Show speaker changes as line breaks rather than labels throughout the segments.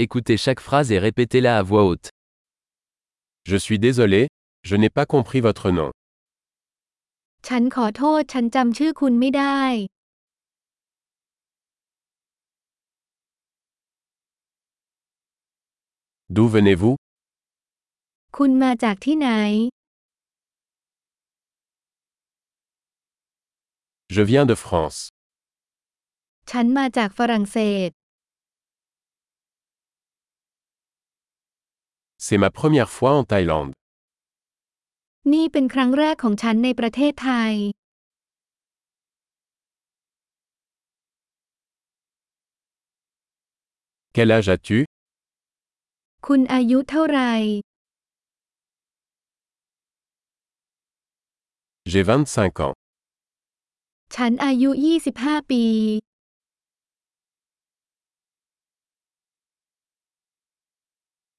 Écoutez chaque phrase et répétez-la à voix haute.
Je suis désolé, je n'ai pas compris votre nom.
ฉันขอโทษฉันจำชื่อคุณไม่ได้
D'où venez-vous
คุณมาจากที่ไหน
Je viens de France.
ฉันมาจากฝรั่งเศส
C'est ma première fois en Thaïlande.
นี่เป็นครั้งแรกของฉันในประเทศไทย
Quel âge as-tu
คุณอายุเท่าไหร่
J'ai 25 ans.
ฉันอายุ 25 ปี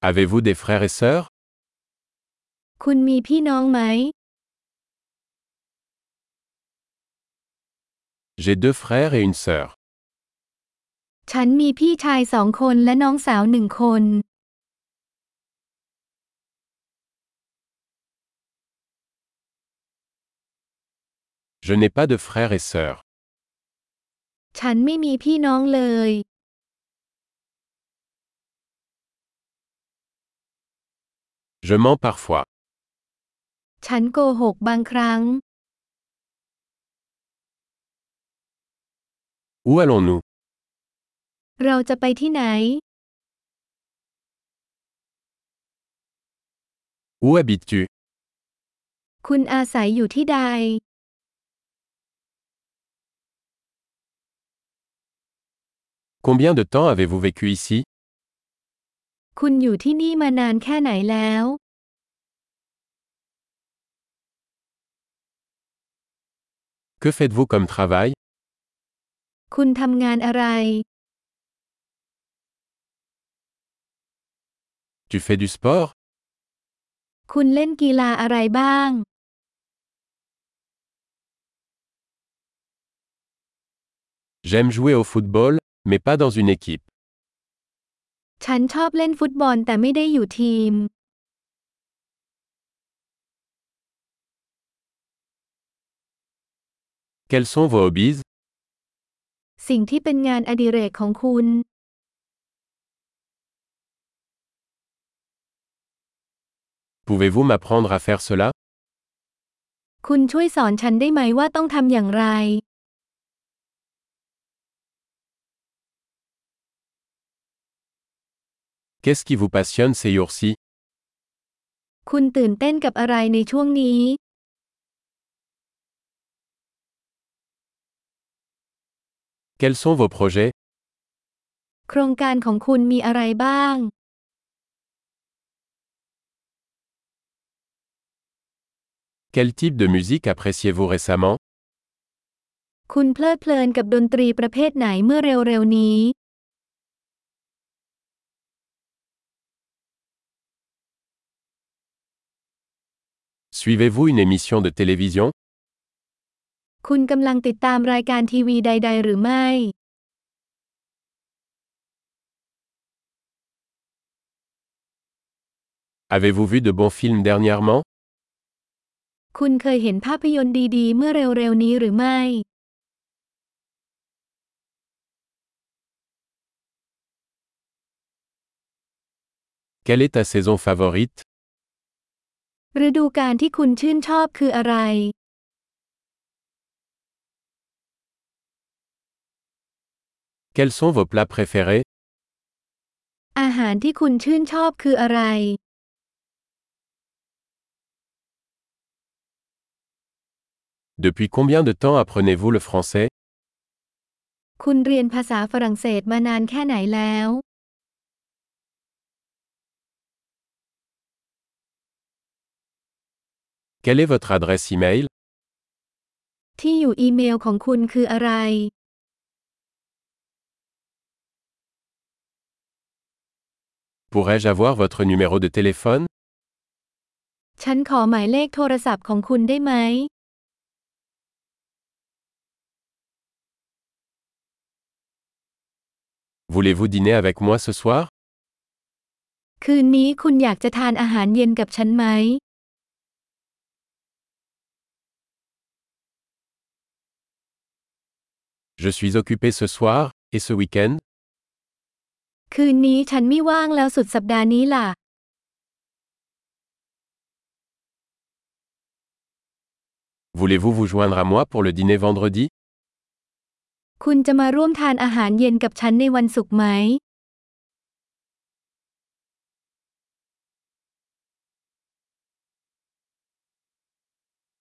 Avez-vous des frères et sœurs
คุณมีพี่น้องไหม
J'ai deux frères et une sœur.
ฉันมีพี่ชายสองคนและน้องสาวหนึ่งคน
Je n'ai pas de frères et sœurs.
ฉันไม่มีพี่น้องเลย
Je mens parfois.
ฉันโกหกบางครั้ง
Où allons-nous
เราจะไปที่ไหน
Où habites-tu
คุณอาศัยอยู่ที่ใด
Combien de temps avez-vous vécu ici
คุณอยู่ที่นี่มานานแค่ไหนแล้ว
Que faites-vous comme travail
คุณทำงานอะไร
Tu fais du sport
คุณเล่นกีฬาอะไรบ้าง
J'aime jouer au football, mais pas dans une équipe.
ฉันชอบเล่นฟุตบอลแต่ไม่ได้อยู่ทีม
Quels sont vos hobbies
สิ่งที่เป็นงานอดิเรกของคุณ
Pouvez-vous m'apprendre à faire cela
คุณช่วยสอนฉันได้ไหมว่าต้องทำอย่างไร
Qu'est-ce qui vous passionne ces jours-ci
คุณตื่นเต้นกับอะไรในช่วงนี้
Quels sont vos projets
โครงการของคุณมีอะไรบ้าง
Quel type de musique appréciez-vous récemment
คุณเพลิดเพลินกับดนตรีประเภทไหนเมื่อเร็วๆนี้
Suivez-vous une émission de télévision
คุณกำลังติดตามรายการทีวีใด ๆ หรือไม่
Avez-vous vu de bons films dernièrement
คุณเคยเห็นภาพยนตร์ดีๆ เมื่อเร็วๆนี้หรือไม่
Quelle est ta saison favorite
ฤดูกาลที่คุณชื่นชอบคืออะไร
Quels sont vos plats préférés
อาหารที่คุณชื่นชอบคืออะไร
Depuis combien de temps apprenez-vous le français
คุณเรียนภาษาฝรั่งเศสมานานแค่ไหนแล้ว
Quelle est votre adresse e-mail
ที่อยู่อีเมลของคุณคืออะไร
Pourrais-je avoir votre numéro de téléphone
ฉันขอหมายเลขโทรศัพท์ของคุณได้ไหม
Voulez-vous dîner avec moi ce soir
คืนนี้คุณอยากจะทานอาหารเย็นกับฉันไหม
Je suis occupé ce soir, et ce week-end,
คืนนี้ฉันไม่ว่างแล้วสุดสัปดาห์นี้ล่ะ
voulez-vous vous joindre à moi pour le dîner vendredi
คุณจะมาร่วมทานอาหารเย็นกับฉันในวันศุกร์ไหม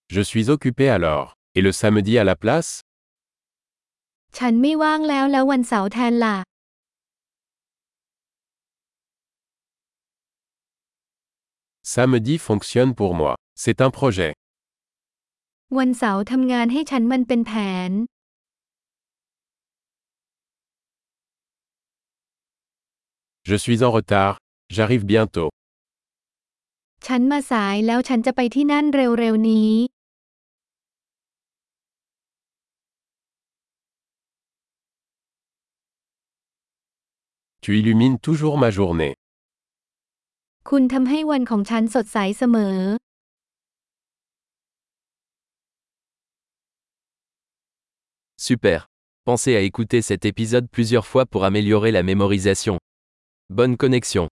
Je suis occupé alors. Et le samedi à la place
ฉันไม่ว่างแล้วแล้ววันเสาร์แทนล่ะ
Samedi fonctionne pour moi. C'est un projet.
วันเสาร์ทำงานให้ฉันมันเป็นแผน
Je suis en retard. J'arrive bientôt.
ฉันมาสายแล้วฉันจะไปที่นั่นเร็วๆนี้
Tu illumines toujours ma journée.
คุณทำให้วันของฉันสดใสเสมอ
Super. Pensez à écouter cet épisode plusieurs fois pour améliorer la mémorisation. Bonne connexion.